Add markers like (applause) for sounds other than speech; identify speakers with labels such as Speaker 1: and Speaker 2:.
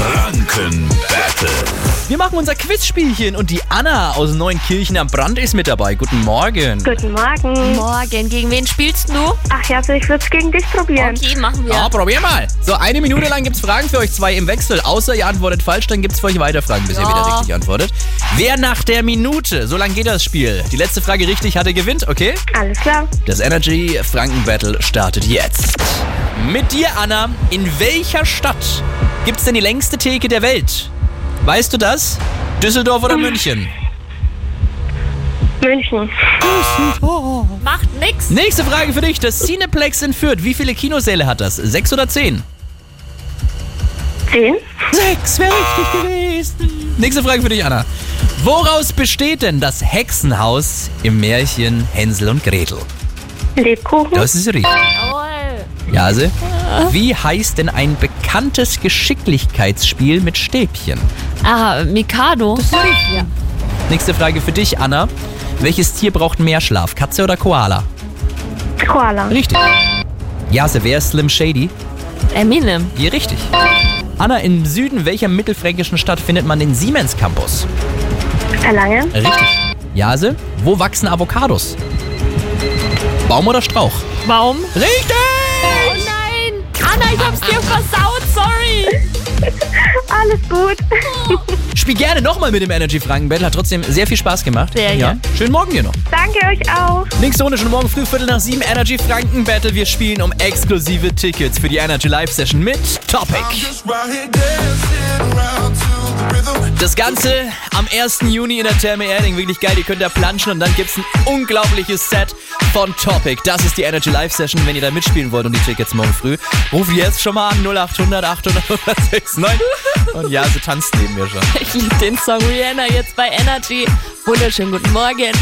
Speaker 1: Franken Battle.
Speaker 2: Wir machen unser Quizspielchen und die Anna aus Neunkirchen am Brand ist mit dabei. Guten Morgen.
Speaker 3: Guten Morgen.
Speaker 4: Morgen, gegen wen spielst du?
Speaker 3: Ach ja, also ich würde es gegen dich probieren.
Speaker 4: Okay, machen wir.
Speaker 2: Ja, probier mal. So, eine Minute lang gibt es Fragen für euch zwei im Wechsel. Außer ihr antwortet falsch, dann gibt es für euch weiter Fragen, bis ihr
Speaker 4: Ja.
Speaker 2: wieder richtig antwortet. Wer nach der Minute, so lang geht das Spiel, die letzte Frage richtig hatte, gewinnt, okay?
Speaker 3: Alles klar.
Speaker 2: Das Energy Franken Battle startet jetzt. Mit dir, Anna, in welcher Stadt gibt's denn die längste Theke der Welt? Weißt du das? Düsseldorf oder München?
Speaker 3: München.
Speaker 4: Macht nix.
Speaker 2: Nächste Frage für dich. Das Cineplex in Fürth, wie viele Kinosäle hat das? Sechs oder zehn?
Speaker 3: Zehn.
Speaker 2: Sechs wäre richtig gewesen. Nächste Frage für dich, Anna. Woraus besteht denn das Hexenhaus im Märchen Hänsel und Gretel?
Speaker 3: Lebkuchen.
Speaker 2: Das ist richtig.
Speaker 4: Jawohl.
Speaker 2: Jase, wie heißt denn ein bekanntes Geschicklichkeitsspiel mit Stäbchen?
Speaker 4: Ah, Mikado. Ja.
Speaker 2: Nächste Frage für dich, Anna. Welches Tier braucht mehr Schlaf, Katze oder Koala?
Speaker 3: Koala.
Speaker 2: Richtig. Jase, wer ist Slim Shady?
Speaker 4: Eminem.
Speaker 2: Hier richtig. Anna, im Süden welcher mittelfränkischen Stadt findet man den Siemens Campus?
Speaker 3: Erlangen.
Speaker 2: Richtig. Jase, wo wachsen Avocados? Baum oder Strauch?
Speaker 4: Baum.
Speaker 2: Richtig!
Speaker 4: Oh nein. Anna, ich hab's dir versaut, (laughs) sorry.
Speaker 3: Alles gut. (laughs)
Speaker 2: Spiel gerne nochmal mit dem Energy Franken Battle. Hat trotzdem sehr viel Spaß gemacht.
Speaker 4: Sehr, ja.
Speaker 2: Schönen Morgen dir noch.
Speaker 3: Danke euch auch.
Speaker 2: Links ohne schon morgen früh Viertel nach sieben Energy Franken Battle. Wir spielen um exklusive Tickets für die Energy Live Session mit
Speaker 5: I'm
Speaker 2: Topic.
Speaker 5: just right here dancing around to the rhythm.
Speaker 2: Das Ganze am 1. Juni in der Therme Erding. Wirklich geil, ihr könnt da planschen und dann gibt's ein unglaubliches Set von Topic. Das ist die Energy Live Session. Wenn ihr da mitspielen wollt und die Tickets morgen früh, ruft jetzt schon mal an 0800 (laughs) 869. Und ja, sie tanzt neben mir schon.
Speaker 4: Ich liebe den Song Rihanna jetzt bei Energy. Wunderschönen guten Morgen.